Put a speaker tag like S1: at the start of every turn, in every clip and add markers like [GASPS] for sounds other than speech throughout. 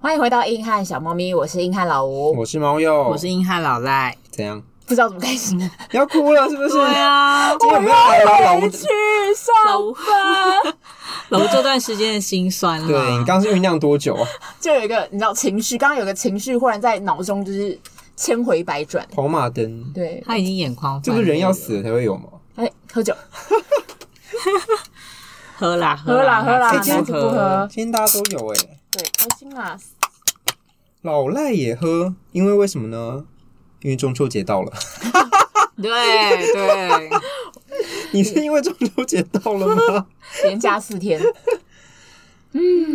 S1: 欢迎回到硬汉小猫咪，我是硬汉老吴。
S2: 哦我是猫
S1: 哦
S2: 鼬，
S3: 我是硬汉老赖。
S2: 怎样？
S1: 不知道怎么开始，
S2: 要哭了是不是？
S3: 对啊，
S2: 今天我们要来唠
S1: [LAUGHS]
S2: [LAUGHS] 老
S1: 回
S2: 吴。
S1: 去上班，
S3: 老吴这段时间的心酸了。
S2: 对你刚刚是酝酿多久 [LAUGHS] 啊？
S1: 就有一个你知道情绪，刚刚有个情绪忽然在脑中就是千回百转。
S2: 跑马灯，
S1: 对，
S3: 他已经眼眶泛
S2: 这
S3: 泪
S2: 不
S3: 了，
S2: 是人要死了才会有吗？
S1: 哎，喝酒，
S3: 喝啦
S1: 喝啦喝啦，
S3: 还
S2: 哎
S3: 是
S2: 今
S1: 男
S2: 天
S1: 子不喝，
S2: 今天大家都有哎、
S1: 对，开心啦。
S2: 老赖也喝，因为为什么呢？因为中秋节 [LAUGHS] 到了。
S3: 对对，
S2: 你是因为中秋节到了 [LAUGHS] 吗？
S1: 连假四天，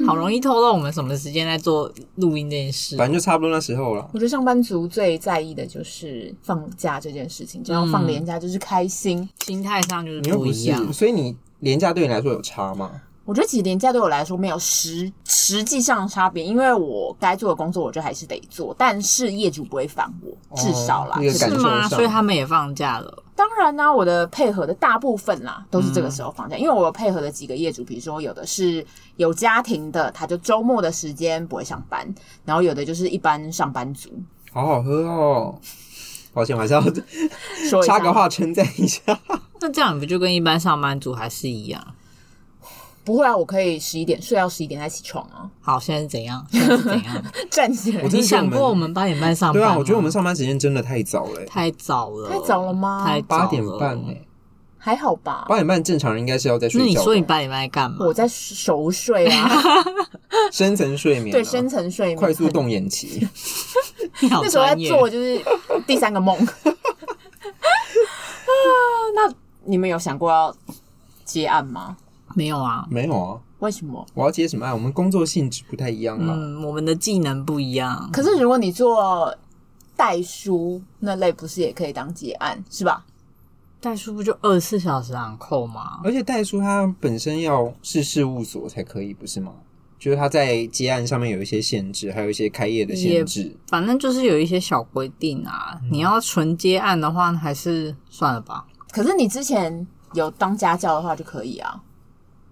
S3: 好容易透露我们什么时间在做录音这件事。
S2: 反正就差不多那时候了。
S1: 我觉得上班族最在意的就是放假这件事情，只要放
S3: 嗯
S1: 连假就是开心。
S3: 心态上就是
S2: 你又
S3: 不
S2: 不
S3: 一
S2: 是
S3: 样，，
S2: 所以你廉价对你来说有差吗？
S1: 我觉得其实廉价对我来说没有实实际上的差别，因为我该做的工作我就还是得做，但是业主不会烦我，至少啦。
S2: 那个
S1: 至
S2: 哦感
S3: 是
S2: 受
S3: 吗？
S2: 上
S3: 所以他们也放假了。
S1: 当然呢、我的配合的大部分啦都是这个时候
S2: 嗯
S1: 放假，因为我有配合的几个业主，比如说有的是有家庭的，他就周末的时间不会上班，然后有的就是一般上班
S2: [LAUGHS]
S1: 族。
S2: 好好喝哦。抱 [LAUGHS] 歉，我还是要
S1: 说一
S2: 插个
S1: 下，
S2: 话称赞一下。
S3: 那这样你不就跟一般上班族还是一样？
S1: 不会啊，我可以十一点睡到十一点再起床啊，
S3: 好，现在是怎样？现在是怎样？
S1: 站起来
S2: [LAUGHS] 我。真
S3: 你
S2: 的觉得
S3: 想过我们八点半上班
S2: 对
S3: 吗？
S2: 啊，我觉得我们上班时间真的太早了欸、
S3: 太早了，
S1: 太早了吗
S3: 太早了
S2: 八点半哎、
S1: 还好吧？
S2: 八点半正常人应该是要在睡
S3: 那
S2: 觉的。
S3: 你说你八点半在干嘛？
S1: 我在熟睡
S2: [LAUGHS]
S1: 啊，
S2: 深层睡眠、啊，
S1: 对，深层睡眠，
S2: 快速动眼期， [LAUGHS]
S3: 你好
S1: 那时候在
S3: 专业。
S1: 做就是第三个梦。 [LAUGHS] 啊，那你们有想过要接案吗？
S3: 没有啊？
S2: 没有啊？
S1: 为什么？
S2: 我要接什么案？啊我们工作性质不太一样啦。
S3: 嗯，我们的技能不一样。
S1: 可是如果你做代书那类，不是也可以当接案是吧？
S3: 代书不就二十四小时昂扣吗？
S2: 而且代书它本身要是事务所才可以，不是吗？就是它在接案上面有一些限制，还有一些开业的限制。
S3: 反正就是有一些小规定啊。你要纯接案的话，还是算了吧。
S1: 可是你之前有当家教的话就可以啊，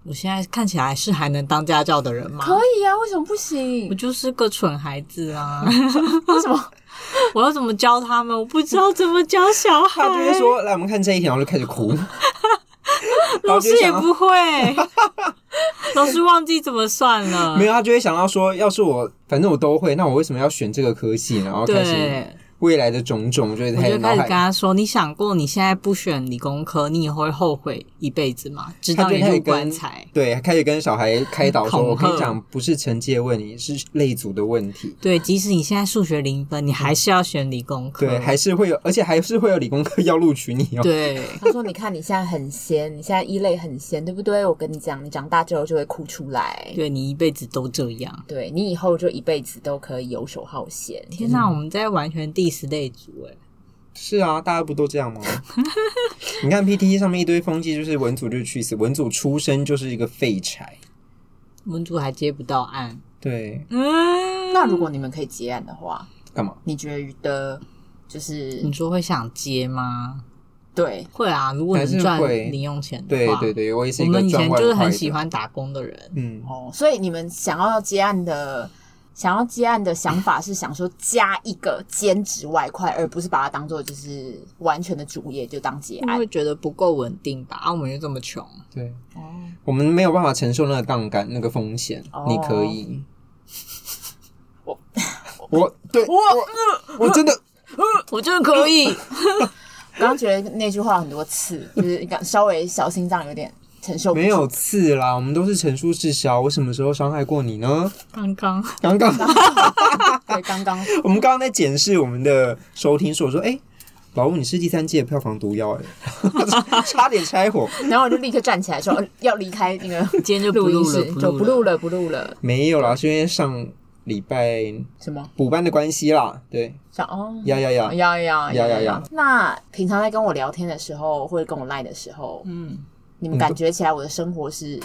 S3: 我现在看起来是还能当家教的人吗？
S1: 可以啊，为什么不
S3: 我
S1: [LAUGHS] 行？
S3: 就是个蠢孩子啊！ [LAUGHS]
S1: 为什么？
S3: 我要怎么教他们？我不知道怎么教小
S2: [LAUGHS]
S3: 孩
S2: 他，就会说：“来，我们看这一条，然后就开始哭。然
S3: 哎 [LAUGHS] 老
S2: 后就会
S3: 师也
S2: 想到
S3: 不会，老师忘记怎么算了
S2: [LAUGHS] 没。有，他就会想到说，要是我，反正我都会，那我为什么要选这个科系？然后开始
S3: 对，
S2: 未来的种种，就会
S3: 我
S2: 开始
S3: 就
S2: 脑
S3: 开始跟
S2: 海，
S3: 他说：“你想过你现在不选理工科，你也会后悔一辈子吗？直
S2: 他
S3: 到
S2: 就
S3: 你
S2: 开始
S3: 入
S2: 跟
S3: 棺材。”
S2: 对，开始跟小孩开导说：“我
S3: 恐吓
S2: 跟你讲，不是成绩的问题，是类组的问题。”
S3: 对，即使你现在数学零分，你还是要选理工科。
S2: 对，还是会有，而且还是会有理工科要录取你哦。
S3: [LAUGHS] 对，
S1: 他说：“你看你现在很闲，你现在一类很闲，对不对？我跟你讲，你长大之后就会哭出来。
S3: 对你一辈子都这样。
S1: 对你以后就一辈子都可以游手好闲。
S3: 天哪、我们在完全 diss 类组哎，
S2: 是啊，大家不都这样吗？ [LAUGHS] 你看 PTT 上面一堆风气，就是文组就去死，文组出身就是一个废柴。
S3: 文组还接不到案。
S2: 对，
S3: 嗯，
S1: 那如果你们可以结案的话，
S2: 干嘛？
S1: 你觉得就是
S3: 嗯你说会想接吗？
S1: 对
S3: 会啊，如果
S2: 还是
S3: 能赚
S2: 会
S3: 零用钱的
S2: 对
S3: 话，
S2: 对对，我也是
S3: 我
S2: 一个
S3: 们以
S2: 赚
S3: 前
S2: 外
S3: 就是
S2: 快
S3: 很
S2: 的
S3: 喜。欢打工的人。
S2: 嗯，
S1: 哦，所以你们想要接案的想要接案的想法是想说加一个兼职外快，而不是把它当做就是完全的主业就当接
S3: 因
S1: 案
S3: 为。觉得不够稳定吧？啊，我们又这么穷，
S2: 对，
S1: 哦，
S2: 我们没有办法承受那个杠杆、那个风险。
S1: 哦
S2: 你可以。
S3: 哦
S1: 我
S2: 我对我我真的
S3: 我真的可以。
S1: 刚刚觉得那句话很多次， [LAUGHS] 就是感稍微小心脏有点承受不住
S2: [LAUGHS] 没有刺啦，我们都是成熟至少。啊我什么时候伤害过你呢？ [LAUGHS]
S3: 刚刚
S2: 刚 [LAUGHS] 刚。
S1: 对刚刚
S2: 我们刚刚在检视我们的收听数，我说：“哎、老吴，你是第三季的票房毒药、哎， [LAUGHS] 差点拆伙。 [LAUGHS]
S1: 然后我就立刻站起来说呃要离开那个
S3: 今天就不
S1: 录音
S3: 录了，
S1: 室，就不
S3: 了。
S1: 录了不录了”
S2: 没有啦，是因为上礼拜
S1: 什么
S2: 补班的关系啦。对，
S1: 想哦。
S2: 呀呀呀，
S1: 要要
S2: 要要要！
S1: 那平常在跟我聊天的时候，或者跟我赖的时候，
S3: 嗯，
S1: 你们感觉起来我的生活是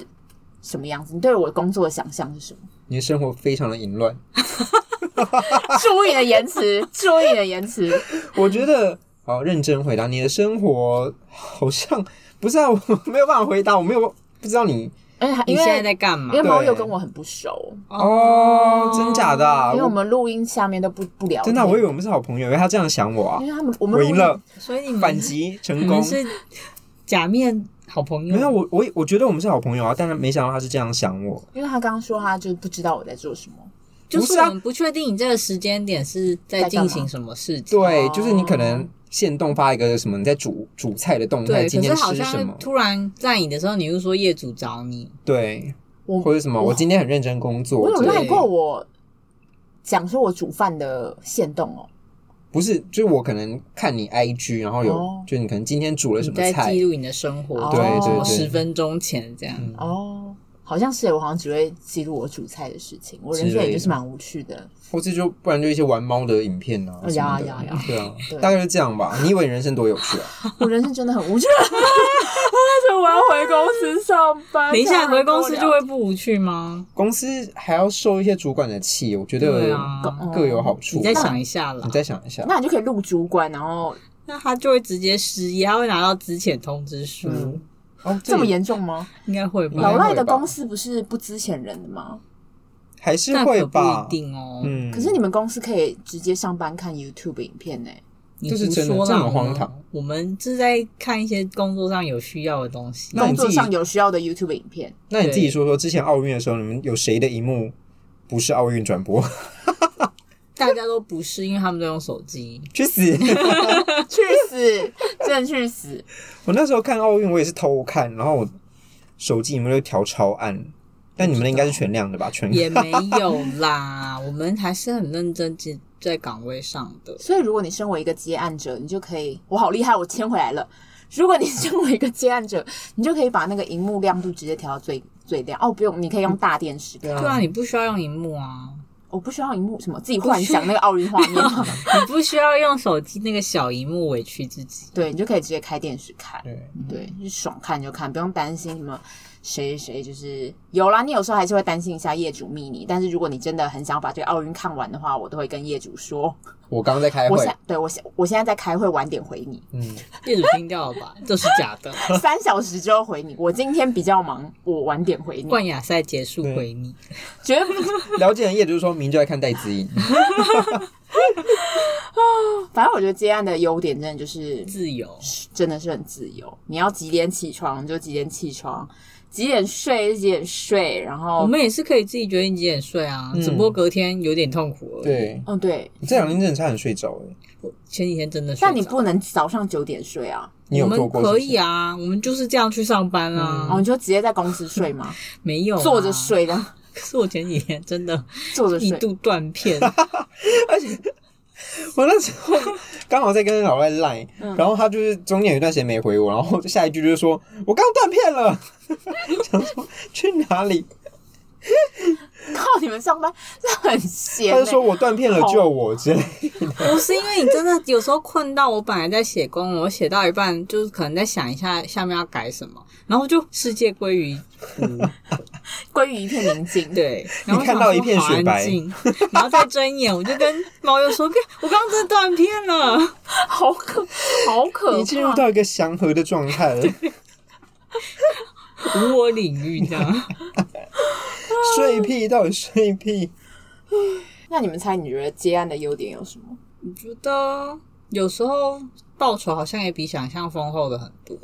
S1: 什么样子？你对我工作的想象是什
S2: [LAUGHS]
S1: 么？
S2: 你的生活非常的淫乱。
S1: 注意你的言辞，注意你的言辞。
S2: 我觉得，好认真回答，你的生活好像不是啊，我没有办法回答，我没有不知道你
S1: 而且还
S3: 哎你
S1: 因
S3: 现在
S1: 为
S3: 在干嘛
S1: 因为？
S2: 对
S1: 猫又跟我很不熟，
S2: 哦，真假的啊？
S1: 因为我
S2: 我
S1: 们录音下面都不不聊天，
S2: 真的啊，我以为我们是好朋友，因为他这样想我啊
S1: 因，为他们我们
S2: 我
S1: 录音
S2: 赢了，
S3: 所以你
S2: 反
S3: 们
S2: 击
S3: 你
S2: 成功
S3: 们。是假面好朋友？
S2: 没有，我我我觉得我们是好朋友啊，但是没想到他是这样想我。
S1: 因为他刚刚说他就不知道我在做什么，
S3: 就
S2: 不
S3: 是
S2: 是啊
S3: 我们不确定你这个时间点是在进行什么事情。
S2: 对，
S1: 哦
S2: 就是你可能现动发一个什么你在煮煮菜的动态，
S3: 对，
S2: 今
S3: 可是
S2: 天
S3: 好
S2: 吃什么
S3: 像？突然在你的时候，你又说业主找你，
S2: 对，
S1: 我
S2: 或者什么？我今天很认真工作
S1: 我有
S2: 之类的，
S1: 赖过我讲说我煮饭的现动哦，
S2: 不是，就是我可能看你 IG，然后有，
S1: 哦
S2: 就你可能今天煮了什
S3: 你
S2: 么
S3: 在
S2: 菜
S3: 记，录你的生活，
S1: 对对对
S3: 十分钟前这样。
S1: 哦，好像是耶，我好像只会记录我煮菜的事情，我人
S2: 之类
S1: 生
S2: 的
S1: 也就是蛮无趣的。
S2: 或是就不然就一些玩猫的影片啊
S1: 哎
S3: 哦
S2: 什
S1: 呀
S2: 么的
S1: 呀呀
S2: 对啊
S1: 对，
S2: 大概就这样吧。你以为你人生多有
S3: [LAUGHS]
S2: 趣啊？
S1: 我人生真的很无趣，所以我要回公司上班。
S3: 等一下回公司就
S1: 会
S3: 会不无趣吗？
S2: 公司还要受一些主管的气，我觉
S3: 对
S2: 得
S3: 啊，
S2: 各有好处。
S3: 你再想一下啦
S2: 啊你。再想一下，
S1: 那你就可以录主管，然后
S3: 那他就会直接失业，他会拿到资遣通知书，
S2: 嗯哦，
S1: 这么
S2: 也
S1: 严重吗？
S3: 应该会
S2: 应该
S1: 老
S2: 会
S3: 吧？
S1: 赖的
S2: 吧
S1: 公司不是不资遣人的吗？
S2: 还是
S3: 但
S2: 会
S3: 可不
S2: 吧
S3: 一？定哦。
S2: 嗯，
S1: 可是你们公司可以直接上班看 YouTube 影片呢、
S3: 你
S2: 这是
S3: 胡
S2: 真的
S3: 说
S2: 这
S3: 啦
S2: 很荒
S3: 我们
S2: 唐
S3: 我们是在看一些工作上有需要的东西。
S2: 那我
S1: 工
S2: 们自
S1: 作
S2: 己
S1: 上有需要的 YouTube 影片，
S2: 那你自己说说，之前奥运的时候，你们有谁的荧幕不是奥运转播？ [LAUGHS]
S3: 大家都不是，因为他们都用手
S2: [LAUGHS]
S3: 机。
S2: 去
S3: [LAUGHS]
S2: 死！
S1: 去死， [LAUGHS] 真的去死！
S2: 我那时候看奥运，我也是偷看，然后我手机荧幕就调超暗。但你们的应该是全亮的吧？全
S3: 也没有啦，我们还是很认真在在岗位上的。
S1: 所以如果你身为一个接案者，你就可以，我好厉害，我签回来了。如果你身为一个接案者，你就可以把那个荧幕亮度直接调到最最亮哦，不用，你可以用大电视看。
S3: 对啊，你不需要用荧幕啊，
S1: 我不需要荧幕，什么自己幻想那个奥运画面，
S3: 你不需要用手机那个小荧幕委屈自己。
S1: [LAUGHS] 对你就可以直接开电视看，
S2: 对，
S1: 对，就是爽看就看，不用担心什么谁谁谁就是有啦。你有时候还是会担心一下业主密你，但是如果你真的很想把这个奥运看完的话，我都会跟业主说，
S2: 我刚刚在开
S1: 我
S2: 会，
S1: 现对我现我现在在开会，晚点回 [LAUGHS] 你，
S2: 嗯，
S3: 业主听掉了吧？ [LAUGHS] 这是假
S2: [LAUGHS]
S3: 的。
S1: 三小时之后回你。我今天比较忙，我晚点回你。
S3: 冠亚赛结束回你，
S1: 绝对
S2: 了解的业主就说明就在看戴资
S3: [LAUGHS]
S2: 颖，
S1: 反正我觉得接案的优点真的就是
S3: 自由。
S1: 真的是很自由，你要几点起床就几点起床，几点睡就几点睡，然
S3: 我
S1: 后
S3: 们也是可以自己决定几点睡
S2: 哦
S3: 啊，
S2: 嗯
S3: 只不过隔天有点痛苦而已。，
S2: 对，
S1: 嗯对，
S2: 你这两天真的差点睡着哎，
S3: 前几天真的睡着。
S1: 但你不能早上九点睡啊，
S2: 你有
S3: 我
S2: 做
S3: 们
S2: 过？嗯
S3: 可以，啊，我们就是这样去上班啊。
S1: 哦，你就直接在公司睡嘛，
S3: 没有啊
S1: 坐着。睡的，
S3: 可是我前几天真的
S1: 坐着
S3: 一
S1: 睡。
S3: 度断 [LAUGHS] 片，
S2: 我那时候刚好在跟老外赖，然后他就是中间有一段时间没回我，然后下一句就是说我刚断片了，想说去哪里？
S1: 靠，你们上班这很闲、
S2: 他
S1: 欸。
S2: 就说我断片了，救我之类。
S3: 不是因为你真的有时候困到我，本来在写公文，我写到一半就是可能在想一下下面要改什么，然后就世界归于
S1: 归于一片宁静。
S2: [LAUGHS]
S3: 对，然后
S2: 你看到一片
S3: 想说
S2: 雪白
S3: 好
S2: [LAUGHS]
S3: 安静，然后再睁眼，我就跟猫又说，我刚刚真的断片
S2: [LAUGHS]
S3: 了，
S1: 好可，好可怕。
S2: 你进入到一个祥和的状态了，
S3: 无我领域这样。
S2: 睡屁到底睡屁？
S1: 那你们猜，你觉得接案的优点有什么？
S3: 我觉得有时候报酬好像也比想象丰厚的很多。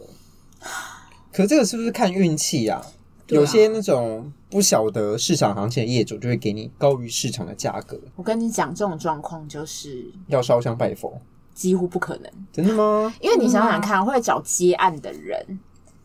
S2: 可这个是不是看运气啊？
S3: 对啊
S2: 有些那种不晓得市场行情的业主，就会给你高于市场的价格，
S1: 我跟你讲，这种状况就是
S2: 要烧香拜佛，
S1: 几乎不可能，
S2: 真的吗？
S1: 因为你想
S3: 嗯
S1: 想看，会找接案的人。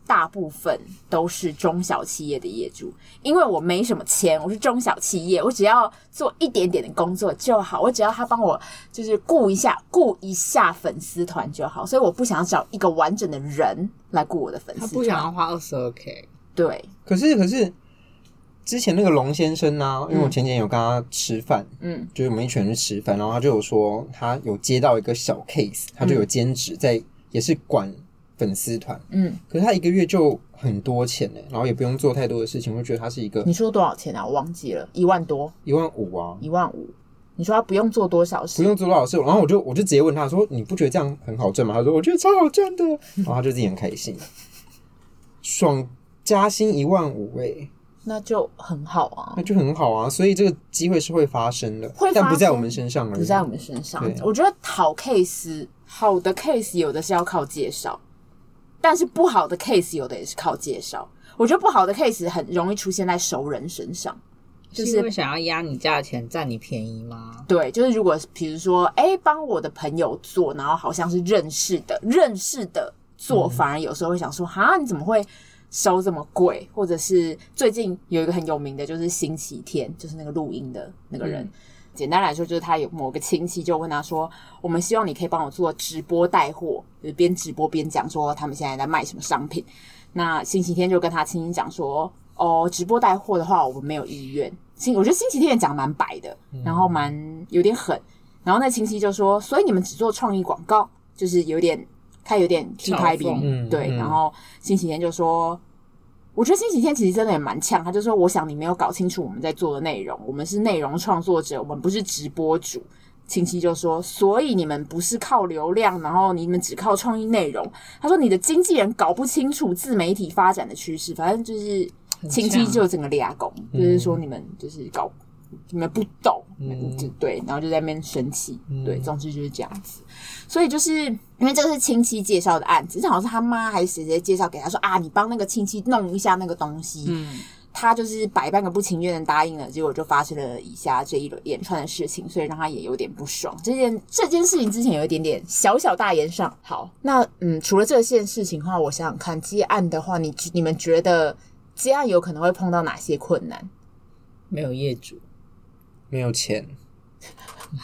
S1: 大部分都是中小企业的业主，因为我没什么钱，我是中小企业，我只要做一点点的工作就好，我只要他帮我就是顾一下，顾一下粉丝团就好，所以我不想找一个完整的人来顾我的粉
S3: 他
S1: 丝
S3: 不想要
S1: 团。
S3: 花二十二 k，
S1: 对，
S2: 可是可是之前那个龙先生呢、因为我前几天有跟他吃饭，
S1: 嗯
S2: 就是我们一群人去吃饭，然后他就有说他有接到一个小 case，他就有兼职在、也是管粉丝团，
S1: 嗯，
S2: 可是他一个月就很多钱呢、然后也不用做太多的事情，我就觉得他是一个
S1: 你说多少钱啊？我忘记了，一万多，
S2: 一万五啊，
S1: 一万五。你说他不用做多少事？
S2: 不用做多少事，然后我就我就直接问他说：“你不觉得这样很好赚吗？”他说：“我觉得超好赚的。”然后他就自己很开心，爽加薪一万五，哎，
S1: 那就很好啊
S2: 那，就很好啊。所以这个机会是会发生的，
S1: 会发生
S2: 但不在我们身上而已。
S1: 不在我们身上
S2: 嗯对。
S1: 我觉得好 case，好的 case 有的是要靠介绍，但是不好的 case 有的也是靠介绍。我觉得不好的 case 很容易出现在熟人身上，就是
S3: 因为想要压你价钱，占你便宜吗？
S1: 对，就是如果比如说，哎、帮我的朋友做，然后好像是认识的，认识的做，反而有时候会想说，哈，你怎么会收这么贵？或者是最近有一个很有名的，就是星期天，就是那个录音的那个人。
S3: 嗯
S1: 简单来说，就是他有某个亲戚就问他说：“我们希望你可以帮我做直播带货，就是边直播边讲说他们现在在卖什么商品。”那星期天就跟他亲戚讲说：“哦，直播带货的话，我们没有意愿。”星我觉得星期天也讲得蛮白的，然后蛮有点狠。然后那亲戚就说：“所以你们只做创意广告，就是有点他有点 Q
S3: 嘲讽
S1: 开宾，
S2: 嗯
S1: 对。
S2: 嗯
S1: 然后星期天就说。我觉得星期天其实真的也蛮呛，他就说：“我想你没有搞清楚我们在做的内容，我们是内容创作者，我们不是直播主。”亲戚就说：“所以你们不是靠流量，然后你们只靠创意内容。”他说：“你的经纪人搞不清楚自媒体发展的趋势，反正就是
S3: 很
S1: 亲戚
S3: 呛
S1: 就整个俩拱，就是说你们就是搞你们不懂，
S2: 嗯
S1: 就对，然后就在那边生气，
S2: 嗯
S1: 对，总之就是这样子。所以就是因为这是亲戚介绍的案子，这好像是他妈还是谁谁介绍给他说啊，你帮那个亲戚弄一下那个东西，
S3: 嗯，
S1: 他就是百般个不情愿的答应了，结果就发生了以下这一轮连串的事情，所以让他也有点不爽。这件这件事情之前有一点点小小大言上。好，那嗯，除了这件事情的话，我想想看，接案的话，你你们觉得接案有可能会碰到哪些困难？
S3: 没有业主。
S2: 没有钱，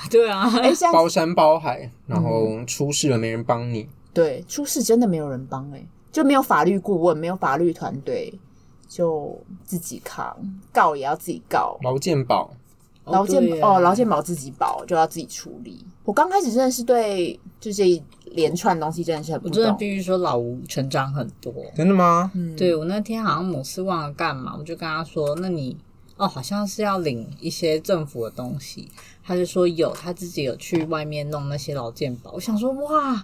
S3: 对啊，
S1: 哎、现在
S2: 包山包海，然后出事了没人帮你，
S1: 对出事真的没有人帮哎、就没有法律顾问，没有法律团队，就自己扛，告也要自己告。
S2: 劳健保
S1: [LAUGHS] 劳健
S3: 对耶啊
S1: 哦，劳健保自己保就要自己处理。我刚开始真的是对就这一连串东西真的是很
S3: 我
S1: 不
S3: 真的
S1: 懂
S3: 必，须说老吴成长很多。
S2: 真的吗？
S1: 嗯，
S3: 对我那天好像某次忘了干嘛，我就跟他说：“那你哦，好像是要领一些政府的东西。”他就说有，他自己有去外面弄那些劳健保。我想说哇。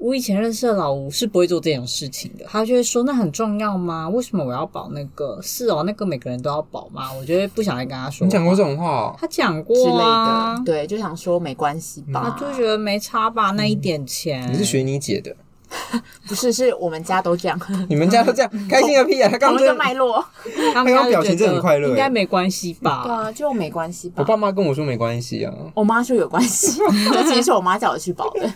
S3: 我以前认识的老吴是不会做这种事情的，他就会说那很重要吗？为什么我要保那个？是哦，那个每个人都要保吗？我就会不想再跟他说。
S2: 你讲过这种话、哦？
S3: 他讲
S1: 之类
S3: 过啊
S1: 的，，对，就想说没关系
S3: 他
S1: 吧，
S3: 就觉得没差吧，那一点钱。
S2: 嗯你是学你姐的，
S1: 不是是我们家都这
S3: [LAUGHS]
S1: 样，
S2: 你们家都这样开心个屁啊！他
S3: 嗯
S2: 刚
S3: 哦
S1: 同一
S2: 刚
S1: 个
S2: 真
S1: 脉络，
S3: 他
S2: 刚刚表情真的很快乐欸
S3: 应该没关系
S1: 对
S3: 吧？
S1: 啊，就没关系
S2: 我
S1: 吧。
S2: 爸妈跟我说没关系啊，
S1: 我妈说有关
S3: [LAUGHS]
S1: 系，就其实是我妈叫我去保的。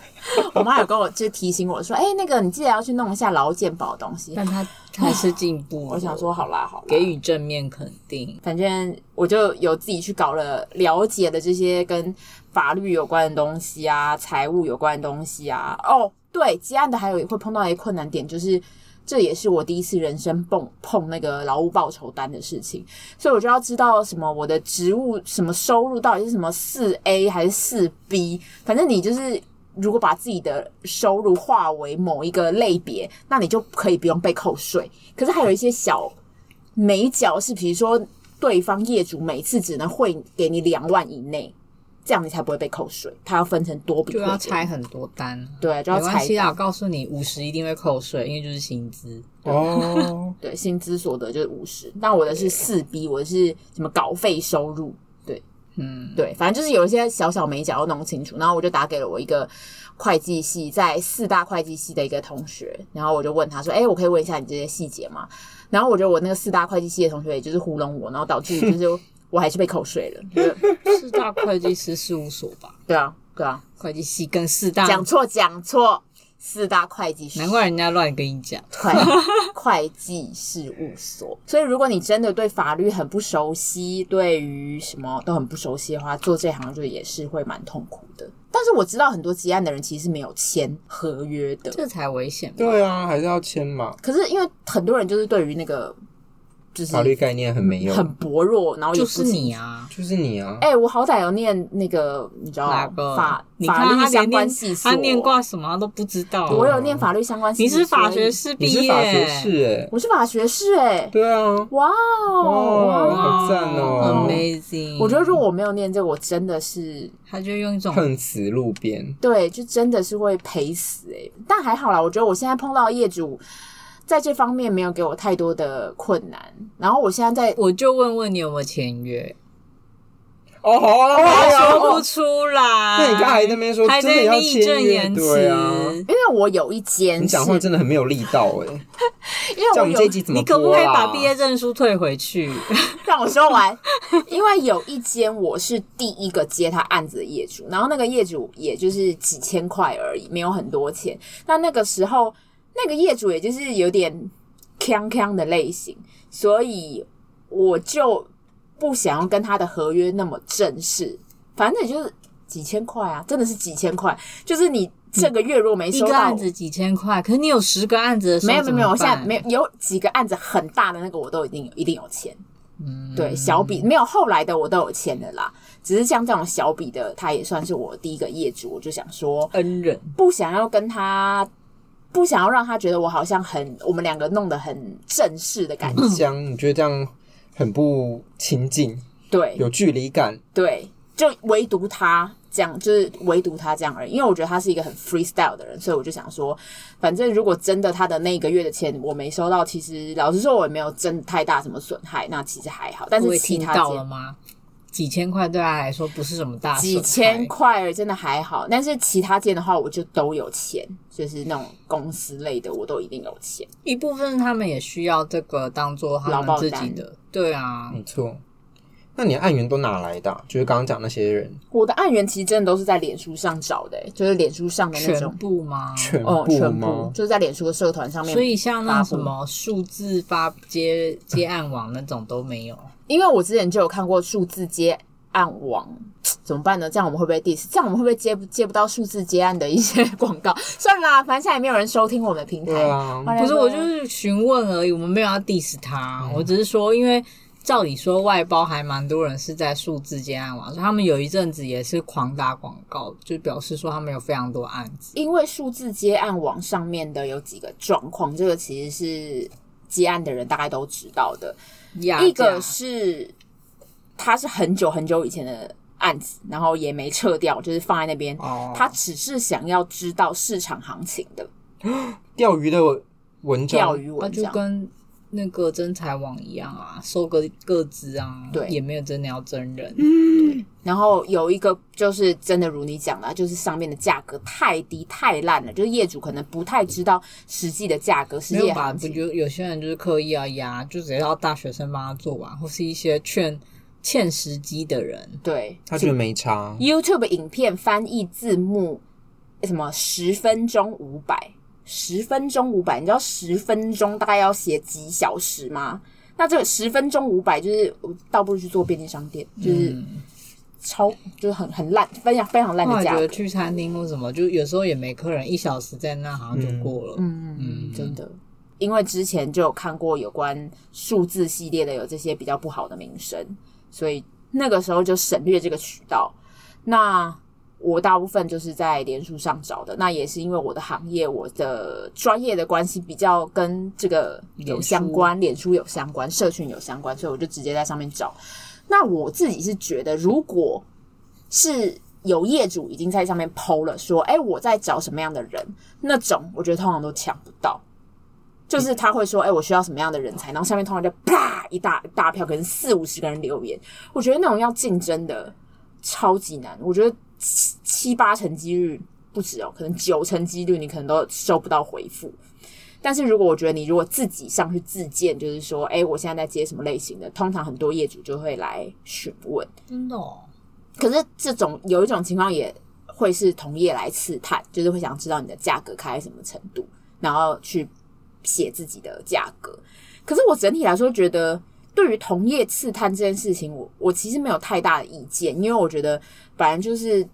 S1: 我妈有跟我就提醒我说，哎、那个你记得要去弄一下劳健保的东西。
S3: 但他还是进
S1: [LAUGHS]
S3: 步。
S1: 我想说，好啦，好啦，
S3: 给予正面肯定。
S1: 反正我就有自己去搞了了解的这些跟法律有关的东西啊，财务有关的东西啊。哦，对，积案的还有会碰到一个困难点，就是这也是我第一次人生碰碰那个劳务报酬单的事情，所以我就要知道什么我的职务什么收入到底是什么四 A 还是四 B，反正你就是。如果把自己的收入化为某一个类别，那你就可以不用被扣税。可是还有一些小每角是，比如说对方业主每次只能汇给你两万以内，这样你才不会被扣税。他要分成多笔
S3: 就
S1: 汇
S3: 要
S1: 给
S3: 拆
S1: 你，
S3: 很多单，
S1: 对，啊就
S3: 没
S1: 要
S3: 关
S1: 拆
S3: 系啦。啊我告诉你，五十一定会扣税，因为就是薪资。
S2: 哦，
S1: 对，薪资所得就是五十，那我的是四 B，我的是什么稿费收入？
S3: 嗯，
S1: 对，反正就是有一些小小美角要弄清楚。然后我就打给了我一个会计系在四大会计系的一个同学，然后我就问他说：“哎、我可以问一下你这些细节吗？”然后我觉得我那个四大会计系的同学，也就是糊弄我，然后导致就是
S3: [LAUGHS]
S1: 我还是被扣税了。就是
S3: 四大会计师事务所吧，
S1: 对啊，对
S3: [LAUGHS]
S1: 啊，
S3: 会计系跟四大，
S1: 讲错讲错，四大会计师，
S3: 啊难怪人家乱跟你讲。
S1: 会会计事务所。所以，如果你真的对法律很不熟悉，对于什么都很不熟悉的话，做这行就也是会蛮痛苦的。但是我知道很多积案的人其实是没有签合约的，
S3: 这才危险吧？
S2: [LAUGHS] 对啊，还是要签嘛。
S1: 可是因为很多人就是对于那个就是
S2: 法律概念很没用，
S1: 很薄弱，然后也
S3: 就
S1: 不
S3: 是你啊！
S2: 就是你啊，
S1: 哎、我好歹有念那个，你知道
S3: 哪个
S1: 法
S3: 你看
S1: 法
S3: 他
S1: 律
S3: 连
S1: 相关
S3: 念
S1: 系所，
S3: 他念挂什么他都不知道。
S1: 我有念法律相关系
S3: 你
S1: 所，
S3: 是法学士
S2: 你
S3: 毕业，
S2: 是法学士哎、
S1: 我是法学士哎、
S2: 对啊，
S1: 哇哦！
S2: 哇
S1: 哇
S2: 好赞哦
S3: Amazing！
S1: 我觉得如果我没有念这个，我真的是
S3: 他就用一种
S2: 碰瓷路边，
S1: 欸对，就真的是会赔死哎、但还好啦，我觉得我现在碰到业主在这方面没有给我太多的困难。然后我现在在，
S3: 我就问问你有没有签约，
S2: 哦，好啊，好啊好啊
S3: 说不出来。
S2: 那你刚才还在那边说
S3: 还
S2: 真的
S3: 在
S2: 要
S3: 义正
S2: 签约
S3: 言，
S2: 对啊
S3: 辞，
S1: 因为我有一间
S2: 你
S1: 是
S2: 讲，话真的很没有力道哎、
S1: 因为我
S2: 叫我们这一
S1: 有
S2: 集怎么
S3: 你可不可
S2: 播
S3: 以
S2: 啦啊
S3: 把毕业证书退回去？
S1: [LAUGHS] 让我说完，因为有一间我是第一个接他案子的业主，然后那个业主也就是几千块而已，没有很多钱。那那个时候，那个业主也就是有点锵锵的类型，所以我就不想要跟他的合约那么正式，反正也就是几千块啊，真的是几千块，就是你这个月如果没
S3: [LAUGHS] 一
S1: 收
S3: 个
S1: 到
S3: 案。子几千块，可是你有十个案子的时候
S1: 没有没有没有，我现在没
S3: 有。
S1: 有有几个案子很大的那个我都一定有一定有钱，
S3: 嗯
S1: 对，小笔没有后来的我都有签的啦，只是像这种小笔的，他也算是我第一个业主，我就想说
S3: 恩人，
S1: 不想要跟他，不想要让他觉得我好像很我们两个弄得很正式的感觉，
S2: 这样你觉得这样很不亲近，
S1: 对
S2: 有距离感，
S1: 对，就唯独他。这样就是唯独他这样而已，因为我觉得他是一个很 freestyle 的人，所以我就想说，反正如果真的他的那一个月的钱我没收到，其实老实说我也没有真太大什么损害，那其实还好。但
S3: 各
S1: 是
S3: 位
S1: 其
S3: 听
S1: 他
S3: 到
S1: 间
S3: 了吗？几千块对他来说不是什么大
S1: 几
S3: 损
S1: 千
S3: 害
S1: 块真的还好，但是其他件的话，我就都有钱，就是那种公司类的，我都一定有钱。
S3: 一部分他们也需要这个当做他
S1: 劳
S3: 们
S1: 保
S3: 自己
S1: 单
S3: 的，对啊，
S2: 没错。那你的案源都哪来的啊、就是刚刚讲那些人，
S1: 我的案源其实真的都是在脸书上找的、欸就是脸书上的那
S3: 全
S1: 种，
S3: 部吗？
S2: 全
S1: 哦，
S2: 部
S1: 全部
S2: 吗？
S1: 就是在脸书的社团上面。
S3: 所以像
S1: 发
S3: 那
S1: 布
S3: 什么数字发接接案网那种都没有，
S1: 因为我之前就有看过数字接案网，怎么办呢？这样我们会不会 diss？这样我们会不会接不接不到数字接案的一些 [LAUGHS] 广告？算了啊啦，反正现在也没有人收听我们的平台。
S2: 对啊，
S1: Whatever
S3: 不是我就是询问而已，我们没有要 diss 他，
S1: 嗯
S3: 我只是说，因为照理说外包还蛮多人是在数字接案网，所以他们有一阵子也是狂打广告，就表示说他们有非常多案子。
S1: 因为数字接案网上面的有几个状况，这个其实是接案的人大概都知道的。
S3: 压
S1: 一
S3: 价
S1: 个是它是很久很久以前的案子，然后也没撤掉，就是放在那边。
S3: 哦，
S1: 他只是想要知道市场行情的
S2: 钓鱼的文
S1: 钓
S2: 章，
S1: 鱼
S3: 那
S1: 文
S3: 就
S1: 章。
S3: 跟那个真才网一样啊，收个个资啊，
S1: 对
S3: 也没有真的要真人。
S1: 然后有一个就是真的如你讲的啊，就是上面的价格太低太烂了，就是业主可能不太知道实际的价格、实
S3: 没
S1: 际
S3: 有
S1: 的
S3: 吧？
S1: 行
S3: 不
S1: 情。
S3: 就有些人就是刻意要压，就直接要大学生帮他做完，或是一些劝欠时机的人。
S1: 对
S2: 他觉得没差，
S1: ，YouTube 影片翻译字幕什么十分钟五百，十分钟五百，你知道十分钟大概要写几小时吗？那这个十分钟五百，就是我倒不如去做便利商店，就是
S3: 嗯
S1: 超就是很很烂，非常非常烂
S3: 后
S1: 的
S3: 来
S1: 价
S3: 觉
S1: 格
S3: 得。去餐厅或什么，就有时候也没客人，一小时在那好像就过了。
S1: 嗯
S3: 嗯，
S1: 真的，因为之前就有看过有关数字系列的有这些比较不好的名声，所以那个时候就省略这个渠道。那我大部分就是在连书上找的，那也是因为我的行业、我的专业的关系比较跟这个有相关，脸书有相关，社群有相关，所以我就直接在上面找。那我自己是觉得，如果是有业主已经在上面剖了，说，哎、我在找什么样的人，那种我觉得通常都抢不到。就是他会说，哎、我需要什么样的人才，然后下面通常就啪一大一大票，可能四五十个人留言。我觉得那种要竞争的超级难，我觉得七七八成几率不止哦，可能九成几率你可能都收不到回复。但是如果我觉得你如果自己上去自荐，就是说，哎、我现在在接什么类型的，通常很多业主就会来询问。
S3: 真的、哦，
S1: 可是这种有一种情况也会是同业来刺探，就是会想知道你的价格开到什么程度，然后去写自己的价格。可是我整体来说觉得，对于同业刺探这件事情，我我其实没有太大的意见，因为我觉得反正就是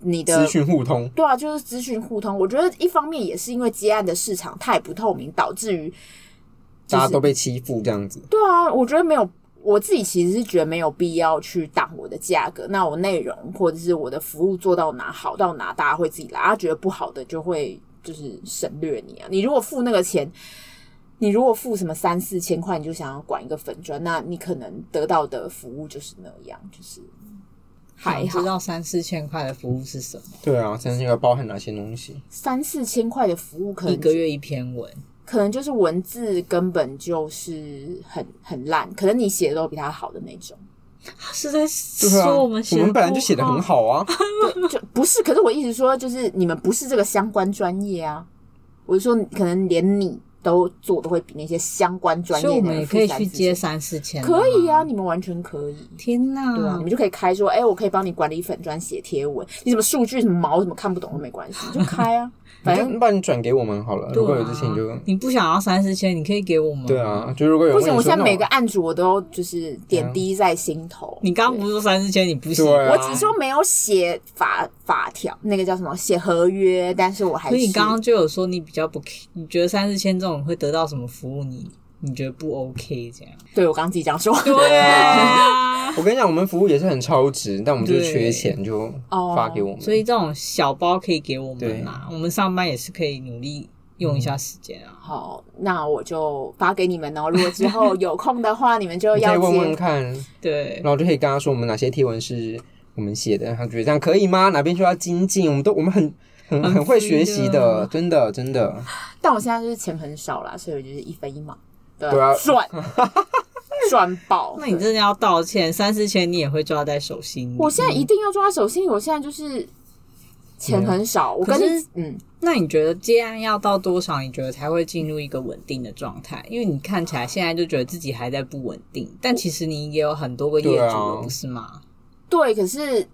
S1: 你的
S2: 资讯互通，
S1: 对啊，就是资讯互通。我觉得一方面也是因为接案的市场太不透明，导致于
S2: 大家都被欺负这样子，
S1: 对啊，我觉得没有，我自己其实是觉得没有必要去挡我的价格。那我内容或者是我的服务做到哪好到哪，大家会自己来。他啊觉得不好的就会就是省略你啊。你如果付那个钱，你如果付什么三四千块，你就想要管一个粉砖，那你可能得到的服务就是那样，就是还
S3: 想
S1: 好
S3: 知道三四千块的服务是什么？
S2: 对啊，真的要包含哪些东西？
S1: 三四千块的服务可
S3: 一
S1: 能
S3: 个月一篇文，
S1: 可能就是文字根本就是很很烂，可能你写的都比他好的那种。
S3: 是在
S2: 对啊，
S3: 说
S2: 我
S3: 我们哦写、
S2: 本来就写的很，好啊，
S1: 就不是，可是我一直说，就是你们不是这个相关专业啊。我是说，可能连你都做的会比那些相关专业
S3: 所以
S1: 的
S3: 我
S1: 人
S3: 们也可以
S1: 负担
S3: 去
S1: 自己
S3: 接三四千，
S1: 可以啊，。你们完全可以。
S3: 天哪，
S1: 对啊，你们就可以开说，哎、我可以帮你管理粉砖写贴文，你什么数据什么毛什么看不懂都没关系，你就开
S3: [LAUGHS]
S1: 啊。 [LAUGHS] 反
S2: 你
S1: 正
S2: 就把你转给我们好了。
S3: 对
S2: 如
S3: 啊
S2: 果有这些你就
S3: 你不想要三四千，你可以给我们。
S2: 对啊，，就如果有
S1: 不
S2: 人
S1: 行，我
S2: 问你说
S1: 现在
S2: 那
S1: 每个案主我都就是点滴在心头。
S3: 嗯你刚刚
S1: 对
S3: 不是说三四千你不行？
S2: 对啊
S1: 我只说没有写法法条，那个叫什么写合约，但是我还
S3: 可
S1: 是
S3: 是你刚刚就有说你比较不，你觉得三四千这种会得到什么服务你？你觉得不 OK 这样？
S1: 对我刚刚自己这样说，
S3: 啊，
S2: 我跟你讲，我们服务也是很超值，但我们就是缺钱，就
S1: 哦
S2: 发给我们。
S3: [LAUGHS] 所以这种小包可以给我
S2: 对
S3: 们啦，我们上班也是可以努力用一下时间啊。
S1: 好，那我就发给你们哦。如果之后有空的话，你们就
S2: [LAUGHS] 你
S1: 要
S2: 再
S1: 接。
S2: 问问看，
S3: 对
S2: 然，后就可以跟他说我们哪些贴文是我们写的，他觉得这样可以吗？哪边需要精进？我们都我们很很
S3: 很
S2: 很会
S3: free
S2: 学习
S3: 的
S2: 的，真的真的。
S1: 但我现在就是钱很少啦，所以我就是一分一毛，对
S2: 对啊 [LAUGHS]
S1: 赚赚爆。
S3: 那你真的要道歉，三四千你也会抓在手心里。嗯
S1: 我现在一定要抓手心，我现在就是钱很少，我跟
S3: 可
S1: 你
S3: 是
S1: 嗯，
S3: 那你觉得接案要到多少，你觉得才会进入一个稳定的状态？因为你看起来现在就觉得自己还在不稳定，但其实你也有很多个业主
S2: 对
S3: 了，
S2: 啊
S3: 不是吗？
S1: 对，可是。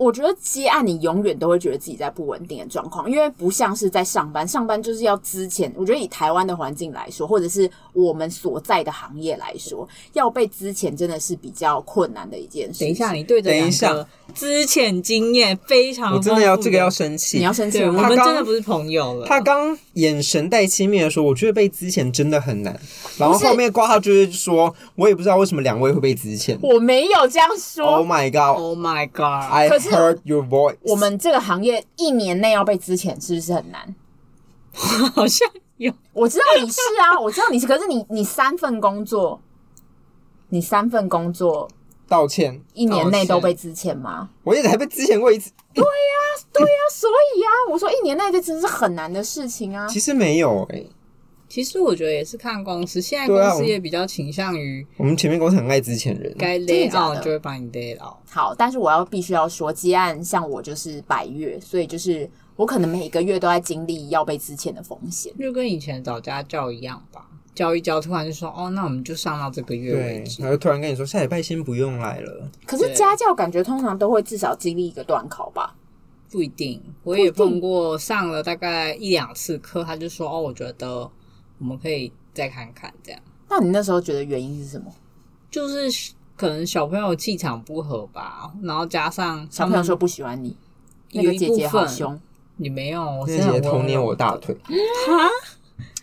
S1: 我觉得接案你永远都会觉得自己在不稳定的状况，因为不像是在上班，上班就是要之前。我觉得以台湾的环境来说，或者是我们所在的行业来说，要被之前真的是比较困难的一件事情。
S3: 等一下，你对着
S2: 等一
S3: 两
S2: 下
S3: 个之前经验非常
S2: 我
S3: 丰富
S2: 真
S3: 的
S2: 的要这个要生气，
S1: 你要生气
S3: 对，我
S1: 了吗？
S3: 们
S2: 他刚
S3: 真的不是朋友了。
S2: 他刚眼神带轻蔑的说：“我觉得被资遣真的很难。”然后
S1: 不是
S2: 后面挂号就是说：“我也不知道为什么两位会被资遣。
S1: 我没有这样
S2: ”Oh
S1: 说。
S2: my god!
S3: Oh my god！
S2: I
S1: 可是
S2: heard your voice。
S1: 我们这个行业一年内要被资遣，是不是很难？
S3: 好像有
S1: 我知道你是啊，我知道你是，可是你你三份工作，你三份工作
S2: 道歉，
S1: 一
S3: 哦
S1: 年内都被资遣吗？
S2: 我也才被资遣过一次。
S1: 那所以啊，我说一年内这真的是很难的事情啊。
S2: 其实没有欸诶、
S3: 其实我觉得也是看公司，现在
S2: 对啊
S3: 公司
S2: 我
S3: 也比较倾向于
S2: 我们前面公司很爱资遣人，
S3: 该
S1: 真
S3: lay
S1: 的假的
S3: out 就会把你 lay out。
S1: 好，但是我要必须要说，接案像我就是百月，所以就是我可能每个月都在经历要被资遣的风险。
S3: 就跟以前找家教一样吧，教一教，突然就说哦，那我们就上到这个月为
S2: 对，
S3: 止。
S2: 然后突然跟你说下礼拜先不用来了，
S1: 可是
S3: 对
S1: 家教感觉通常都会至少经历一个段考吧？
S3: 不一定，我
S1: 不一
S3: 也
S1: 定
S3: 碰过上了大概一两次课，他就说哦，我觉得我们可以再看看这样，
S1: 那你那时候觉得原因是什么？
S3: 就是可能小朋友气场不合吧，然后加上
S1: 小朋友说不喜欢你，那
S3: 嗯有
S1: 个
S3: 一
S1: 姐姐
S3: 部
S1: 好
S3: 分
S1: 凶，
S3: 你没有，我
S2: 那
S3: 是
S2: 姐
S3: 很
S2: 偷
S3: 温
S2: 捏
S3: 柔
S2: 我大腿，
S3: 哈，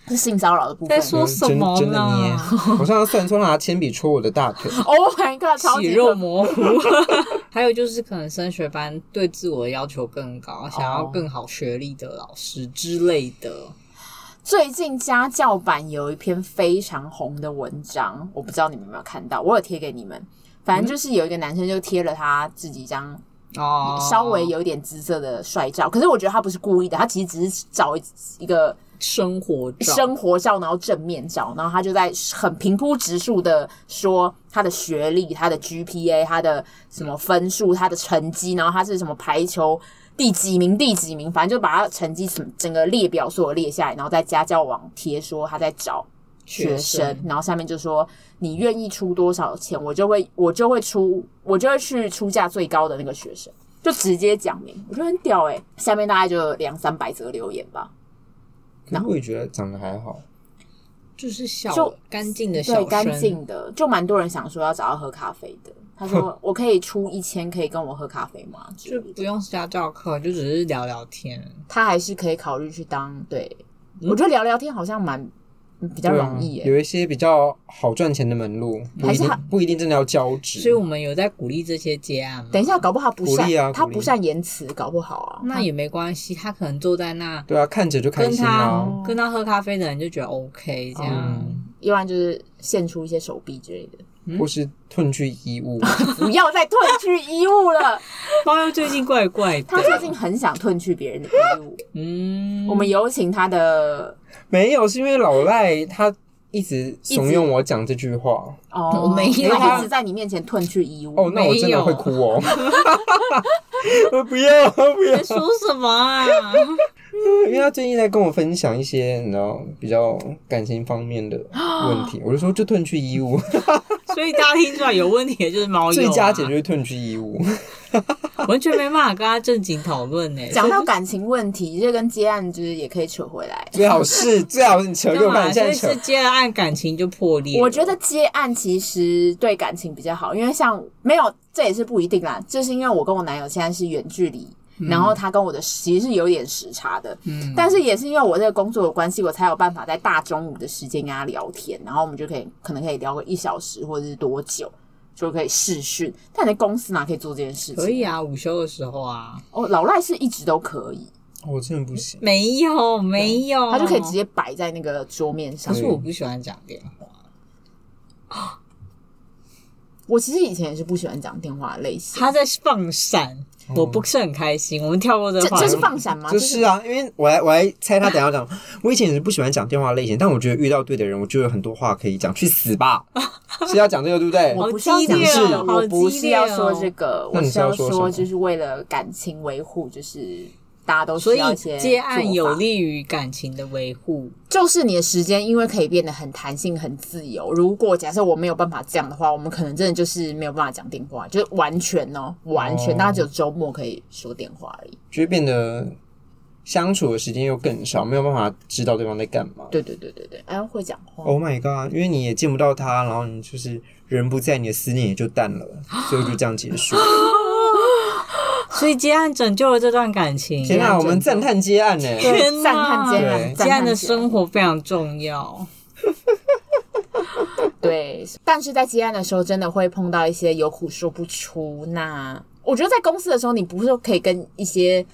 S1: 是性骚扰的部分
S3: 在。说什么
S2: 真真的捏
S3: 呢？，
S2: 我上次算错拿铅笔戳我的大
S1: [LAUGHS]
S2: 腿，
S1: [LAUGHS] Oh my
S3: [LAUGHS]
S1: god，超
S3: 血
S1: 级
S3: 肉
S1: 可
S3: 模糊。 [LAUGHS] 还有就是，可能升学班对自我的要求更高，想
S1: 哦
S3: 要更好学历的老师之类的。
S1: 最近家教版有一篇非常红的文章，我不知道你们有没有看到，我有贴给你们。反
S3: 嗯
S1: 正就是有一个男生就贴了他自己一张
S3: 哦，
S1: 稍微有一点姿色的帅照，可是我觉得他不是故意的，他其实只是找一一个
S3: 生活照，
S1: 生活照，然后正面照，然后他就在很平铺直述的说他的学历、他的 GPA、他的什么分数、他的成绩，然后他是什么排球第几名、第几名，反正就把他成绩整整个列表所有列下来，然后在家教网贴说他在找学生，然后下面就说你愿意出多少钱，我就会我就会出，我就会去出价最高的那个学生。就直接讲明，我觉得很屌诶、下面大概就两三百则留言吧，
S2: 可是我也觉得长得还好，
S3: 就是小
S1: 就
S3: 干净的小
S1: 对，
S3: 生
S1: 干。净的，就蛮多人想说要找他喝咖啡的。他说：“我可以出一千，可以跟我喝咖啡吗？”
S3: 就
S1: 就
S3: 不用家教课，就只是聊聊天。
S1: 他还是可以考虑去当。对、
S3: 嗯
S1: 我觉得聊聊天好像蛮比较
S2: 对啊
S1: 容易欸耶、
S2: 有一些比较好赚钱的门路，不
S1: 还
S2: 一
S1: 是
S2: 定
S1: 他
S2: 不一定真的要交职，
S3: 所以我们有在鼓励这些接案嘛？
S1: 等一下，搞不好不善
S2: 鼓励啊
S1: 他
S2: 鼓励
S1: 不善言辞，搞不好啊。
S3: 那也没关系，他可能坐在那
S2: 对啊，看着就开
S3: 跟
S2: 心
S3: 他
S2: 啊，
S3: 跟他喝咖啡的人就觉得 OK 这样。
S2: 嗯
S1: 要不然就是献出一些手臂之类的。
S2: 或是褪去衣物。 [LAUGHS]
S1: 不要再褪去衣物
S3: [LAUGHS]
S1: 了。
S3: 猫妖最近怪怪的，
S1: 他最近很想褪去别人的衣物。
S3: 嗯，
S1: 我们有请他的
S2: 没有，是因为老赖他一直怂恿我讲这句话。
S1: 哦，
S3: 没有
S1: 他一直在你面前褪去衣物。
S2: 哦，那我真的会哭
S1: [LAUGHS]
S2: 哦。我不要，不要
S3: 在，说什么啊？
S2: 因为他最近在跟我分享一些你知道比较感情方面的问
S1: [GASPS]
S2: 题，我就说就褪去衣物，
S3: [LAUGHS] 所以大家听出来有问题的就是猫友、啊，
S2: 最佳解决褪去衣物。
S3: 完全没办法跟他正经讨论呢。
S1: 讲到感情问题，这跟接案就是也可以扯回来。
S2: 最好是最好是你扯给我
S3: [LAUGHS]
S2: 看，
S3: 嘛，
S2: 你现在
S3: 所以
S2: 扯
S3: 是接了案感情就破裂了。
S1: 我觉得接案其实对感情比较好，因为像没有这也是不一定啦，就是因为我跟我男友现在是远距离。然后他跟我的其实是有点时差的，
S3: 嗯
S1: 但是也是因为我这个工作的关系，我才有办法在大中午的时间跟他聊天，然后我们就可以可能可以聊个一小时或者是多久，就可以视讯。但你在公司哪可以做这件事情？
S3: 可以啊，午休的时候啊，
S1: 哦，老赖是一直都可以，
S2: 我真的不行。
S3: 没有没有，
S1: 他就可以直。接摆在那个桌面上
S3: 可。是我不喜欢讲电话，
S1: 我其实以前也是不喜欢讲电话的类型，
S3: 他在放闪，
S2: 嗯
S3: 我不是很开心。我们跳过这
S1: 这
S3: 个话题，
S1: 这是放闪吗？
S2: 就
S1: 这
S2: 是啊，因为我还我还猜他等一下
S3: [LAUGHS]
S2: 讲，我以前也是不喜欢讲电话类型，但我觉得遇到对的人，我就有很多话可以讲，去死吧！
S3: [LAUGHS]
S2: 是要讲这个对不对？
S1: 我不是要
S3: 好激
S1: 讲
S3: 烈
S1: 这
S3: 哦
S1: 个，
S3: 好
S1: 我不
S3: 激
S1: 是
S3: 烈
S1: 要
S3: 哦
S1: 说这个，
S2: 那
S1: 我
S2: 嗯你
S1: 是
S2: 是要说什
S1: 说
S2: 么
S1: 就是为了感情维护，就是大家都
S3: 所
S1: 需
S3: 以
S1: 要一些
S3: 接案
S1: 做
S3: 有
S1: 法，
S3: 利于感情的维护。
S1: 就是你的时间因为可以变得很弹性、很自由。如果假设我没有办法这样的话，我们可能真的就是没有办法讲电话，就是完全哦，完全
S2: 哦
S1: 大家只有周末可以说电话而已。
S2: 就会变得相处的时间又更少，没有办法知道对方在干嘛。
S1: 对对对对对，哎，会讲话。
S2: Oh my god！因为你也见不到他，然后你就是人不在，你的思念也就淡了，所以就这样结
S3: [LAUGHS]
S2: 束。
S3: 所以接案拯救了这段感情。
S2: 天哪、
S1: 啊
S2: 我们赞叹接案呢、
S1: 对
S3: 天
S1: 赞叹接
S2: 案
S3: 对
S1: 赞叹
S3: 接案的
S1: 接案
S3: 生活非常重要。
S2: [LAUGHS]
S1: 对，但是在接案的时候，真的会碰到一些有苦说不出。那我觉得在公司的时候，你不是可以跟一些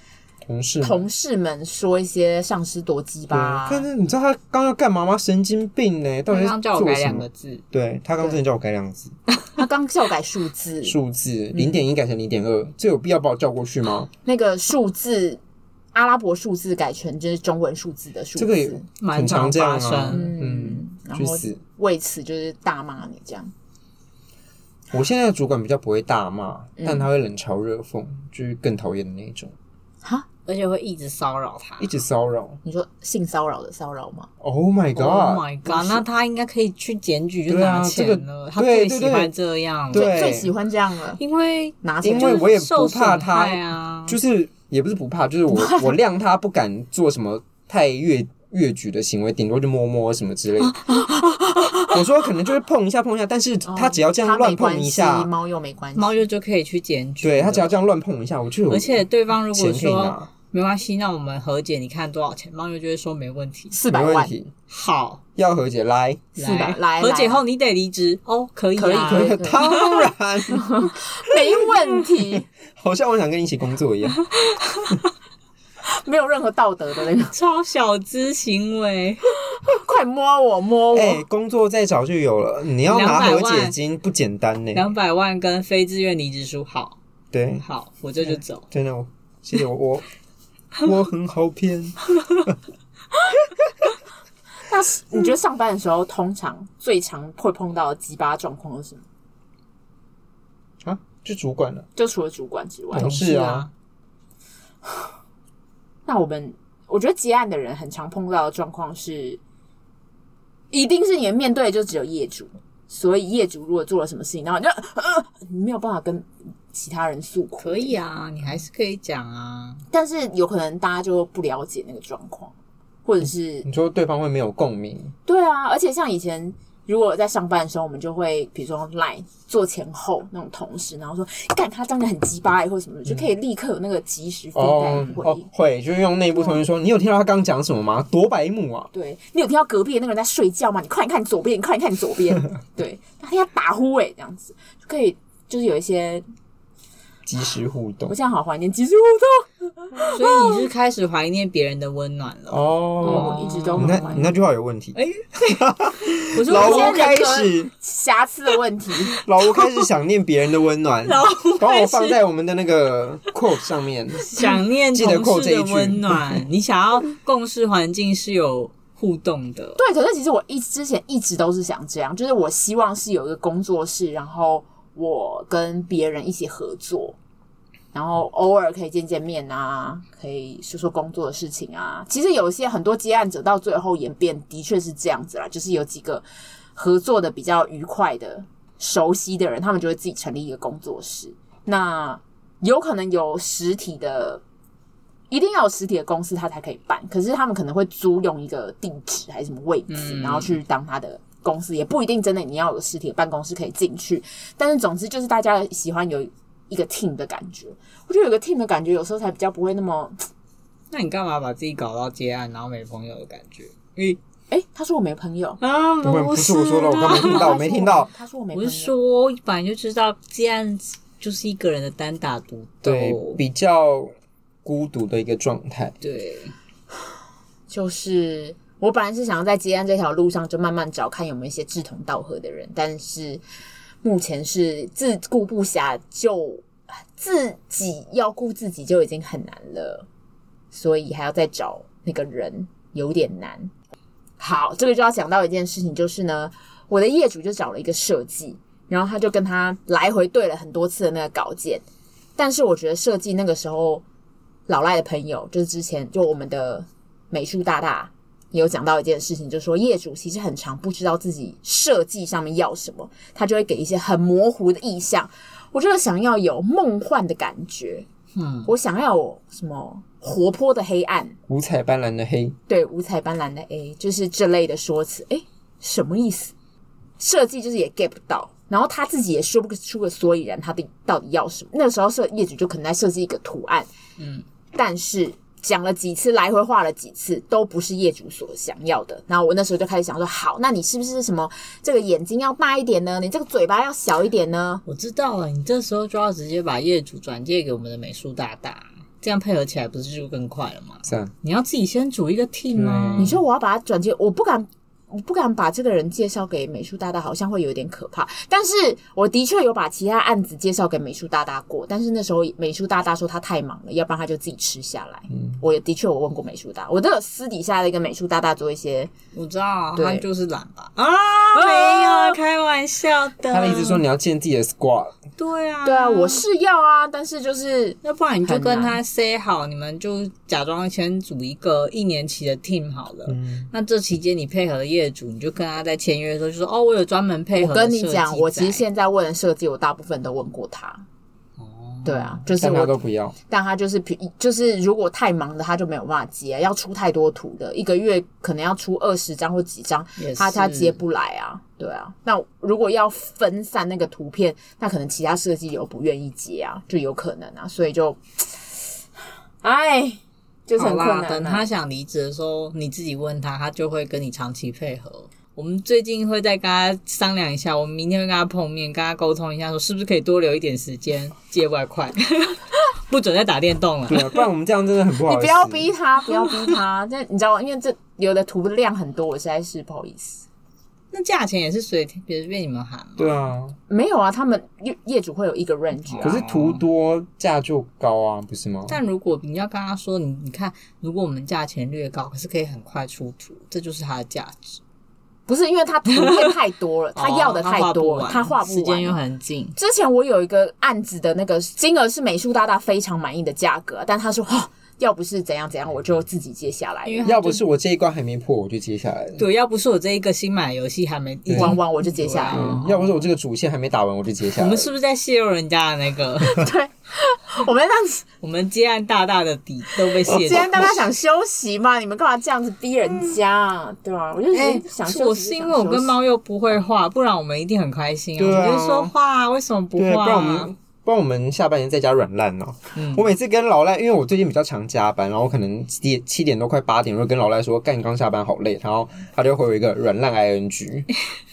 S2: 同事吗，
S1: 同事们说一些上司多鸡巴
S2: 对，但是你知道他刚要干嘛吗？神经病呢、欸到
S3: 刚
S2: 底是
S3: 刚叫我
S2: 做
S3: 改
S2: 什
S3: 两
S2: 么
S3: 个？字，
S2: 对他刚真的叫我改两个字，
S1: 他刚叫我改数字，
S2: 数字零点一改成零点二，这有必要把我叫过去吗？
S1: 那个数字阿拉伯数字改成就是中文数字的数字，
S2: 这个也
S3: 蛮
S2: 很常这样
S3: 常
S2: 啊
S3: 发。生
S2: 嗯，
S1: 然
S2: 去
S1: 后
S2: 死！
S1: 为此就是大骂你这样。
S2: 我现在的主管比较不会大骂，但他会冷嘲热讽，就是更讨厌的那种，
S1: 哈，
S3: 而且会一直骚扰他
S2: 一。直骚扰。
S1: 你说性骚扰的骚扰吗？
S2: Oh my god！
S3: Oh my god！那他应该可以去检举就拿钱
S2: 对啊这
S3: 了。
S2: 个
S3: 他
S2: 对对
S3: 最喜欢这样，
S2: 对
S1: 最最喜欢这样了，
S3: 因为
S1: 拿
S2: 因
S1: 钱
S2: 为我也不
S3: 受
S2: 怕
S3: 损
S2: 他
S3: 害，啊，
S2: 就是也不是不怕，就是我我谅他不敢做什么太越越矩的行为，顶多就摸摸什么之类的。我说可能就是碰一下碰一下，但是
S1: 哦
S2: 他只要这样
S1: 他没
S2: 乱
S1: 关
S2: 碰一
S1: 系
S2: 下，
S1: 猫又没关系，
S3: 猫就就可以去检举了。
S2: 对他只要这样乱碰一下，我就有
S3: 而且对方如
S2: 钱
S3: 果
S2: 可以
S3: 说
S2: 拿，
S3: 没关系，那我们和解，你看多少钱？猫就就会说没问题。
S1: 四百
S2: 没问
S1: 万。
S2: 题。
S3: 好，
S2: 要和解来，
S1: 是
S3: 来
S1: 吧来
S3: 和
S1: 来
S3: 解后你得离职哦，可以
S1: 可以
S3: 啊，
S2: [LAUGHS]
S1: 可以
S2: 当然，
S1: 没问题，
S2: 好像我想跟你一起工作一样。
S1: 没有任何道德的那
S2: [LAUGHS]
S1: 个，
S3: 超小资行为，
S1: 快摸我 [LAUGHS] 摸我，
S2: 哎、工作再找就有了，你要拿和
S3: 200
S2: 解
S3: 万
S2: 金不简单呢。
S3: 两百万跟非自愿离职书，好
S2: 对，
S3: 好，我这就走。
S2: 真的，我谢谢我
S1: [LAUGHS]
S2: 我我很好骗。
S1: 那你觉得上班的时候，通常最常会碰到的鸡巴状况是什么？
S2: 啊，就主管了，
S1: 就除了主管之外，
S2: 同事啊，
S1: 那我们我觉得结案的人很常碰到的状况是，一定是你们面对的就只有业主，所以业主如果做了什么事情，然后你就、呃、你没有办法跟其他人诉苦，
S3: 可以啊，你还是可以讲啊。
S1: 但是有可能大家就不了解那个状况，或者是
S2: 你说对方会没有共鸣，
S1: 对啊，而且像以前如果在上班的时候，我们就会比如说 line 坐前后那种同事，然后说干他真的很鸡巴欸或者什么的，就可以立刻有那个及时 feedback
S2: 哦
S1: 回应。
S2: 哦，会就是用内部通讯说，你有听到他刚讲什么吗？多白目啊！
S1: 对你有听到隔壁的那个人在睡觉吗？你快点看你左边，你快点看你左
S2: [LAUGHS]
S1: 边。对，他在打呼哎、欸，这样子就可以就是有一些
S2: 及时互动
S1: 我。现在好怀念即时互
S3: 所以你是开始怀念别人的温暖了。
S1: 动，
S2: 哦，
S1: 我一直都
S2: 你
S1: 很
S2: 那
S1: 怀
S2: 你那
S1: 念。
S2: 句话有问题。
S3: 哎，我说
S2: 老
S3: 我
S1: 现在
S2: 吴
S1: 人
S2: 开
S1: 格
S2: 始，
S1: 瑕疵的问题，
S2: 老吴开始想念别人的温暖，
S3: 老吴
S2: 把我
S3: 开始
S2: 放在我们的那个 [LAUGHS] quote 上面。
S3: [LAUGHS] 想念
S2: 记得扣
S3: 同
S2: 这
S3: 事的
S2: 一句 [LAUGHS]
S3: 温暖，你想要共事环境是有互动的。
S1: 对，可是其实我一之前一直都是想这样，就是我希望是有一个工作室，然后我跟别人一起合作，然后偶尔可以见见面啊，可以说说工作的事情啊。其实有一些很多接案者到最后演变的确是这样子啦，就是有几个合作的比较愉快的、熟悉的人，他们就会自己成立一个工作室。那有可能有实体的，一定要有实体的公司，他才可以办。可是他们可能会租用一个地址还是什么位置，
S3: 嗯
S1: 然后去当他的公司，也不一定真的你要有实体的办公室可以进去。但是总之就是大家喜欢有一个 team 的感觉，我觉得有个 team 的感觉，有时候才比较不会那么……
S3: 那你干嘛把自己搞到接案，然后没朋友的感觉？因
S1: 哎、他说我没朋友，
S3: 为啊，
S2: 不会，不是我说的，我刚
S3: 啦
S2: 没
S3: [LAUGHS]
S2: 听到，我没听到。
S1: 他说我没
S3: 啊我
S1: 朋
S3: 是
S1: 友，
S3: 说，我本来就知道接案就是一个人的单打独斗。
S2: 对，比较孤独的一个状态。
S3: 对，
S1: 就是我本来是想要在接案这条路上就慢慢找，看有没有一些志同道合的人，但是目前是自顾不暇，就自己要顾自己就已经很难了，所以还要再找那个人有点难。好，这个就要讲到一件事情，就是呢，我的业主就找了一个设计，然后他就跟他来回对了很多次的那个稿件，但是我觉得设计那个时候老赖的朋友，就是之前就我们的美术大大也有讲到一件事情，就是说业主其实很常不知道自己设计上面要什么，他就会给一些很模糊的意向。我真的想要有梦幻的感觉，
S3: 嗯，
S1: 我想要有什么活泼的黑暗，
S2: 五彩斑斓的黑，
S1: 对五彩斑斓的 A，就是这类的说辞，诶，什么意思？设计就是也 get 不到，然后他自己也说不出个所以然，他的到底要什么？那个时候设业主就可能在设计一个图案，
S3: 嗯，
S1: 但是讲了几次，来回画了几次，都不是业主所想要的。然后我那时候就开始想说，好，那你是不是什么这个眼睛要大一点呢？你这个嘴巴要小一点呢？
S3: 我知道了。你这时候就要直接把业主转借给我们的美术大大，这样配合起来不是就更快了吗？
S2: 这样
S3: 你要自己先组一个 team 啊。
S2: 对
S1: 你说我要把它转接，我不敢，我不敢把这个人介绍给美术大大，好像会有点可怕。但是我的确有把其他案子介绍给美术大大过，但是那时候美术大大说他太忙了，要不然他就自己吃下来。
S2: 嗯
S1: 我也的确我问过美术大，我都有私底下的跟美术大大做一些，
S3: 我知道，
S1: 对
S3: 他就是懒吧？啊，没有，开玩笑的。
S2: 他的意思说，你要建自己的 squad，
S3: 对啊，
S1: 对啊，我是要啊，但是就是
S3: 要不然你就跟
S1: 很
S3: 他 say 好，你们就假装先组一个一年期的 team 好了。
S2: 嗯，
S3: 那这期间你配合的业主，你就跟他在签约的时候就说：“哦，我有专门配合
S1: 我
S3: 的设
S1: 跟
S3: 计
S1: 你
S3: 在。
S1: 讲，我其实现在问的设计，我大部分都问过他。
S3: 哦
S1: 对啊，就是
S2: 但他
S1: 我
S2: 都不要，
S1: 但他就是平，就是如果太忙的，他就没有办法接，啊要出太多图的，一个月可能要出二十张或几张
S3: 也，
S1: 他
S3: 是
S1: 他接不来啊。对啊，那如果要分散那个图片，那可能其他设计有不愿意接啊，就有可能啊，所以就，哎，就是
S3: 好
S1: 很困难、
S3: 啦，
S1: 啊。
S3: 等他想离职的时候，你自己问他，他就会跟你长期配合。我们最近会再跟他商量一下，我们明天会跟他碰面，跟他沟通一下，说是不是可以多留一点时间接外快， [LAUGHS] 不准再打电动了。
S2: 对啊，不然我们这样真的很不好。
S1: 你不要逼，他，不要逼他。但你知道，因为这有的图量很多，我实在是不好意思。
S3: 那价钱也是随随便你们喊嘛。
S2: 对啊，
S1: 没有啊，他们业业主会有一个 range 啊
S2: 可。是图多价就高啊，不是吗？
S3: 但如果你要跟他说，你你看，如果我们价钱略高，可是可以很快出图，这就是它的价值。
S1: 不是因为他图片太
S3: [LAUGHS]
S1: 多了，他要的太多了，
S3: 哦
S1: 他画不完。
S3: 时间又很近。
S1: 之前我有一个案子的那个金额是美术大大非常满意的价格，但他说哦，要不是怎样怎样，我就自己接下来了，
S3: 因为他
S2: 要不是我这一关还没破，我就接下来了。
S3: 对，要不是我这一个新买的游戏还没已
S2: 嗯
S3: 经
S1: 玩完我就接下来了。
S2: 嗯，要不是我这个主线还没打完，我就接下来
S3: 我
S2: 了。
S3: 们是不是在泄露人家的那 [LAUGHS] 个？
S1: 对，
S3: 啊
S1: 我们当时
S3: 我们接案大大的底都被泄露。
S1: 今天大家想休息嘛，你们干嘛这样子逼人家啊？对啊，我就是
S3: 哎，
S1: 想
S3: 是
S1: 休息。
S3: 我是因为我跟，猫又不会画，不然我们一定很开心啊！
S2: 对啊
S3: 我就说画，为什么不
S2: 对，不
S3: 画
S2: 然我们
S3: 啊？
S2: 不然我们下半年在家软烂哦。
S3: 嗯
S2: 我每次跟老赖，因为我最近比较常加班，然后可能七点七点多快八点，我就跟老赖说：“干，你刚下班好累。”然后他就回我一个软烂 ing，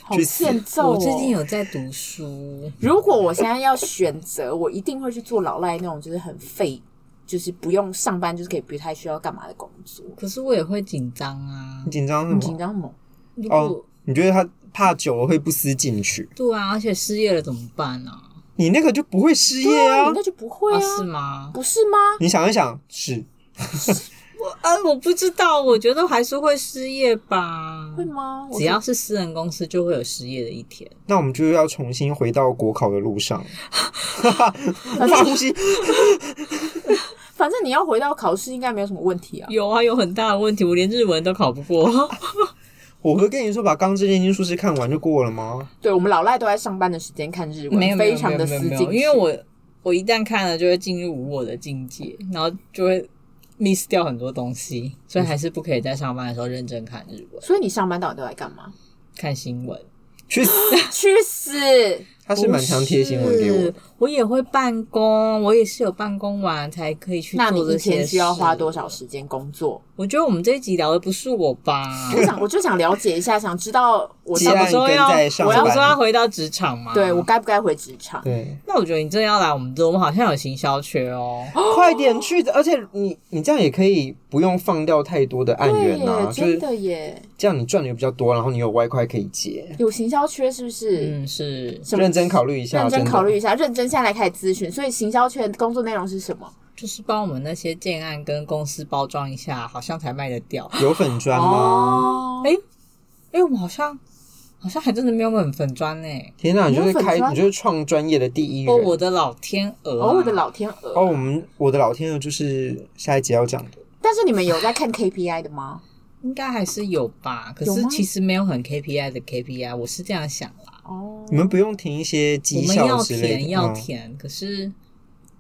S1: 好
S2: 去死
S1: 欠揍、哦。
S3: 我最近有在读书，
S1: 如果我现在要选择，我一定会去做老赖那种，就是很废，就是不用上班，就是可以不太需要干嘛的工作。
S3: 可是我也会紧张啊
S2: 你。紧张
S1: 很
S2: 什
S1: 紧
S2: 么？
S1: 张吗？
S3: 如果、
S2: 哦，你觉得他怕久了会不思进取？
S3: 对啊，而且失业了怎么办呢、啊？
S2: 你那个就不会失业
S1: 对啊，
S2: 啊
S1: 你！那就不会啊，
S3: 是吗？
S1: 不是吗？
S2: 你想一想，是
S3: 我呃，我不知道，我觉得还是会失业吧。
S1: 会吗？我
S3: 只要是私人公司，就会有失业的一天。啊
S2: 那我们就要重新回到国考的路上，无 [LAUGHS] 法呼吸。
S1: 反正你要回到考试，应该没有什么问题啊。
S3: 有啊，有很大的问题，我连日文都考不过。
S2: 我哥跟你说，把《钢之炼金术师》看完就过了吗？
S1: 对我们老赖都在上班的时间看日文，
S3: 没有，没有
S1: 非常的思
S3: 没有没
S1: 进
S3: 有
S1: 取，
S3: 因为我我一旦看了，就会进入无我的境界，然后就会 miss 掉很多东西，所以还是不可以在上班的时候认真看日文、
S1: 所以你上班到底都在干嘛？
S3: 看新闻。
S2: 去死！
S1: 去死！
S2: 他是蛮常贴新闻给我
S3: 不
S2: 的
S3: 是，我也会办公，我也是有办公完才可以去
S1: 那你
S3: 做
S1: 一
S3: 这
S1: 天
S3: 些
S1: 需要花
S3: 事
S1: 多少？时间工作？
S3: 我觉得我们这一集聊的不是我吧？ [LAUGHS]
S1: 我想，我就想了解一下，想知道我
S2: 接
S1: 上
S2: 案
S3: 我说
S2: 跟
S3: 要
S2: 在上
S3: 我要说要
S2: 班。
S3: 回到职场吗？
S1: 对我该不该回职场？
S2: 对，
S3: 那我觉得你真的要来我们这，我们好像有行销缺哦。
S2: 快点去！而且你你这样也可以不用放掉太多的案
S1: 对
S2: 源
S1: 耶，
S2: 啊，就
S1: 真
S2: 是
S1: 的耶，
S2: 这样你赚的也比较多，然后你有外快可以接。
S1: 有行销缺是不是？
S3: 嗯，是，
S1: 什么
S2: 认真考虑一下，
S1: 认真
S2: 的
S1: 考虑一下，认真现在来开始咨询。所以行销圈工作内容是什么？
S3: 就是帮我们那些建案跟公司包装一下，好像才卖得掉。
S2: 有粉砖
S1: 哦
S2: 吗？
S3: 哎哎，我们好像好像还真的没有很粉砖呢。
S2: 天哪，你就是开，
S1: 有粉砖
S2: 你就是创专业的第一
S3: 哦，
S2: 人。
S3: 我的老天鹅、啊！
S1: 哦，我的老天
S2: 哦，
S1: 鹅！
S2: 我们我的老天鹅就是下一集要讲的。
S1: 但是你们有在看 KPI 的吗？
S3: 应该还是有吧，可
S1: 有
S3: 是
S1: 吗
S3: 其实没有很 KPI 的 KPI，我是这样想啦。
S1: 哦，
S2: 你们不用填一些绩
S3: 我们
S2: 效
S3: 要
S2: 之类的，
S3: 填要
S2: 嗯
S3: 填，可是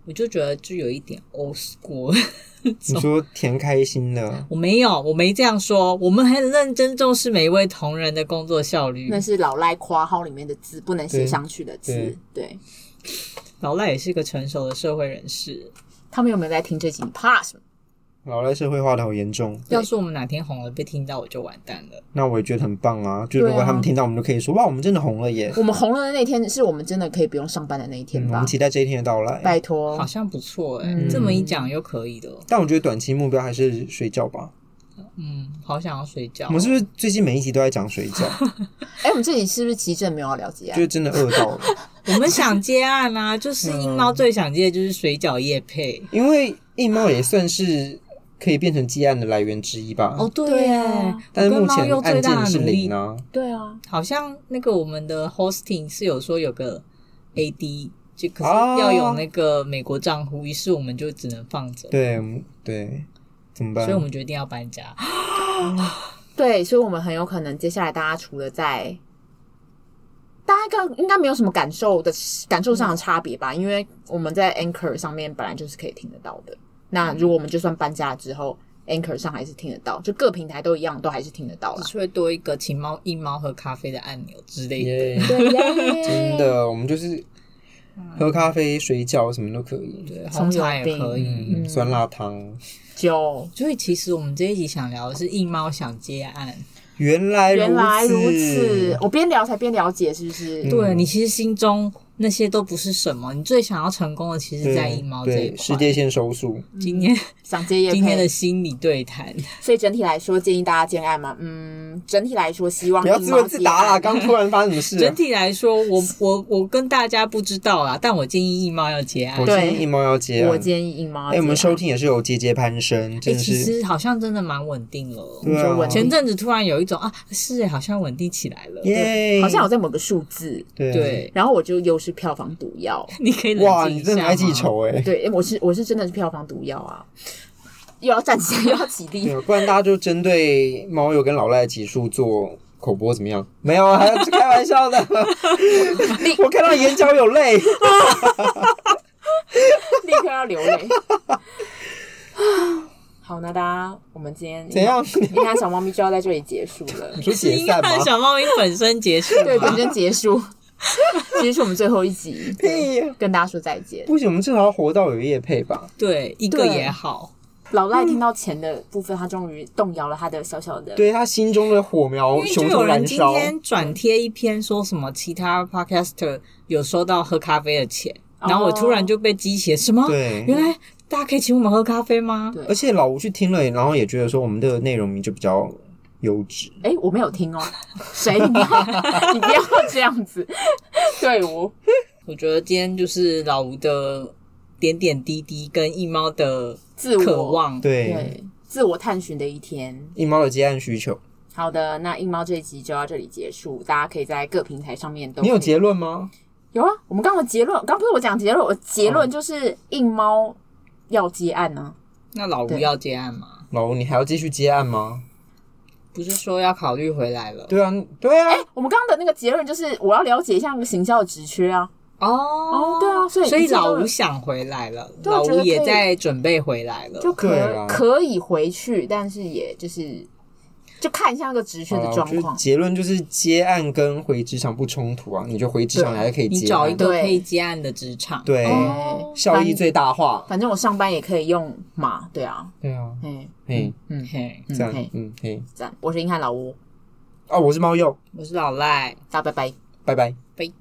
S3: 我就觉得就有一点 old school。 [LAUGHS]
S2: 你说填开心的，
S3: 我没有，我没这样说，我们很认真重视每一位同仁的工作效率
S1: 那。是老赖括号里面的字，不能写上去的字
S2: 对。
S1: 对，
S3: 老赖也是个成熟的社会人士。
S1: 他们有没有在听这集？你怕什么？
S2: 老赖社会化的好严重。
S3: 要是我们哪天红了被听到，我就完蛋了。
S2: 那我也觉得很棒啊！就
S1: 对啊
S2: 如果他们听到，我们就可以说哇，我们真的红了耶！
S1: 我们红了的那天，是我们真的可以不用上班的那一天
S2: 嗯我
S1: 吧
S2: 们？期待这一天的到来。
S1: 拜托
S3: 好，像不错哎、
S1: 嗯
S3: 这么一讲又可以的。
S2: 但我觉得短期目标还是睡觉吧。
S3: 嗯，好想要睡觉。
S2: 我们是不是最近每一集都在讲睡
S3: [LAUGHS]
S2: 觉？
S1: 哎，我们这里是不是急诊没有要了解啊
S2: 就？是真的饿到了，
S3: 我们想接案啊， [LAUGHS] 就是
S2: 嗯
S3: 樱猫最想接的就是水饺叶配。
S2: 因为硬猫也算是可以变成积案的来源之一吧。
S3: 哦，对
S1: 对
S3: 耶，
S1: 啊
S2: 嗯但是
S3: 我
S2: 目
S3: 跟猫
S2: 前
S3: 又
S2: 案
S3: 最
S2: 件
S3: 大
S2: 是
S3: 的努力
S2: 零，啊。
S1: 对啊，
S3: 好像那个我们的 hosting 是有说有个 AD，就可是
S2: 哦
S3: 要有那个美国账户，于是我们就只能放着，
S2: 对啊我们对，怎么办？
S3: 所以我们决定要搬家。
S1: 啊对，所以我们很有可能接下来大家除了在。大家应该应该没有什么感受的感受上的差别吧，因为我们在 Anchor 上面本来就是可以听得到的。那如果我们就算搬家了之后，Anchor 上还是听得到，就各平台都一样，都还是听得到啦
S3: 只。是会多一个请猫一猫喝咖啡的按钮之类的。
S2: 耶
S1: 对耶，
S2: 真的，我们就是喝咖啡、水饺什么都可以，
S3: 对，
S1: 葱
S3: 红
S1: 油
S3: 茶也可以。
S2: 嗯，酸辣汤。
S1: 就
S3: 所以其实我们这一集想聊的是一猫想接案，
S2: 原来
S1: 原来如此
S2: 此，，
S1: 我边聊才边了解，是不是？
S2: 嗯
S3: 对你其实心中那些都不是什么，你最想要成功的其实
S2: 对
S3: 在一猫这
S2: 嗯
S3: 一
S2: 对
S3: 块。
S2: 世界线收束，
S3: 今天
S1: 想接业
S3: 今天的
S1: 配，
S3: 心理对谈，
S2: 啊
S1: 所以整体来说建议大家建案嘛，嗯，整体来说希望
S3: 啊
S2: 不要
S1: 硬
S2: 自
S1: 猫
S2: 问自
S1: 接
S2: 答啦！
S1: 案
S2: 刚突然发生什么事
S3: [LAUGHS] 整
S2: 啊？
S3: 体来说，我我我跟大家不知道啦，但我建议一猫要结案
S2: 我。
S1: 对
S2: 建议一猫要接
S1: 我
S2: 案。
S1: 建议硬猫接案。
S2: 哎，我们收听也是有节节攀升，
S3: 啊哎、
S2: 真
S3: 其
S2: 是
S3: 实好像真的蛮稳定了。
S2: 对
S1: 你说
S2: 啊
S1: 稳，
S3: 前阵子突然有一种啊，是哎，好像稳定起来了。
S2: 耶，
S1: 好像有在某个数字，
S2: 对
S3: 对，
S1: 然后我就又是票房毒
S2: [LAUGHS]
S1: 药。
S3: 你可以冷
S2: 哇，
S3: 静一
S2: 你真的
S3: 下
S2: 很爱记
S3: 吗。 [LAUGHS]
S2: 仇哎。
S1: 对，诶我是我是真的是票房毒药啊！又要站起来，又要起立
S2: 对，啊，不然大家就针对猫友跟老赖的集数做口播怎么样？没有啊， [LAUGHS] 是开玩笑的。我看到眼角有泪。
S1: 立刻要流
S2: [LAUGHS]
S1: 泪。好，那大家，我们今天
S2: 怎样
S1: 应该小猫咪就要在这里结束
S2: [LAUGHS]
S1: 了。
S2: 你说
S3: 是
S2: 解
S3: 因
S2: 散吗
S3: 为？小猫咪本身结束
S1: 对，本
S3: 吗？
S1: 身结束，结束我们最后一集，对
S2: 屁呀
S1: 跟大家说再见。
S2: 不行，我们至少要活到有夜配吧。
S3: 对，一个
S1: 对
S3: 也好。
S1: 老赖听到钱的部分，他终于动摇了他的小小的。
S2: 对他心中的火苗
S3: 因为就
S2: 熊
S3: 有
S2: 熊
S3: 人
S2: 燃
S3: 今
S2: 烧。
S3: 天
S1: 嗯
S3: 转贴一篇说什么其他 podcaster 有收到喝咖啡的钱，然后我突
S1: 哦
S3: 然就被激起了，什么？
S2: 对，
S3: 原来大家可以请我们喝咖啡吗？
S1: 对
S2: 而且老吴去听了，然后也觉得说我们的内容明明就比较优质。
S1: 哎、我没有听哦，谁？你不要，你不要这样
S2: [LAUGHS]
S1: 子 [LAUGHS] 对我。
S3: 我觉得今天就是老吴的点点滴滴跟一猫的
S1: 自我
S3: 渴望，
S2: 对，
S1: 对，自我探寻的一天。
S2: 一猫的接案需求，
S1: 好的，那硬猫这一集就到这里结束，大家可以在各平台上面都
S2: 你有
S1: 可以
S2: 结论吗？
S1: 有啊？我们刚刚结论，刚不是我讲结论，我结论就是硬猫要接案呢、
S3: 那老吴
S1: 对
S3: 要接案吗？
S2: 老哦吴，你还要继续接案吗？
S3: 不是说要考虑回来了？
S2: 对啊，对啊，
S1: 我们刚刚的那个结论就是我要了解一下那个行销的职缺啊。
S3: 哦
S1: 哦对啊所以
S3: 所
S1: 一
S3: 以
S1: 直都
S3: 老
S1: 有
S3: 吴想回来了，
S1: 对啊
S3: 老
S1: 我觉
S3: 吴
S1: 得
S3: 也
S1: 可以
S3: 在准备回来了，
S1: 就可
S2: 哦对啦啊
S1: 可以回去，但是也就是就看一下那个职缺
S2: 好
S1: 的
S2: 啦
S1: 状
S2: 哦我觉得
S1: 况。
S2: 结论就是接案跟回职场不冲突啊，你就回职场
S1: 对
S2: 还是可以
S3: 你
S2: 接
S3: 找
S2: 案。
S3: 一个
S1: 对
S3: 可以接案的职场，
S2: 对，
S1: 哦
S2: 效益最大化。
S1: 反正我上班也可以用嘛，对啊，
S2: 对啊，
S1: 嗯
S2: 嘿，
S1: 嗯，
S3: 嘿，
S1: 嗯
S2: 这样
S1: 嘿，
S2: 嗯，嘿，
S1: 这样，我是硬汉老吴，
S2: 哦，我是猫鼬，
S3: 我是老赖，
S1: 大家拜拜。
S2: 拜拜。
S3: 拜。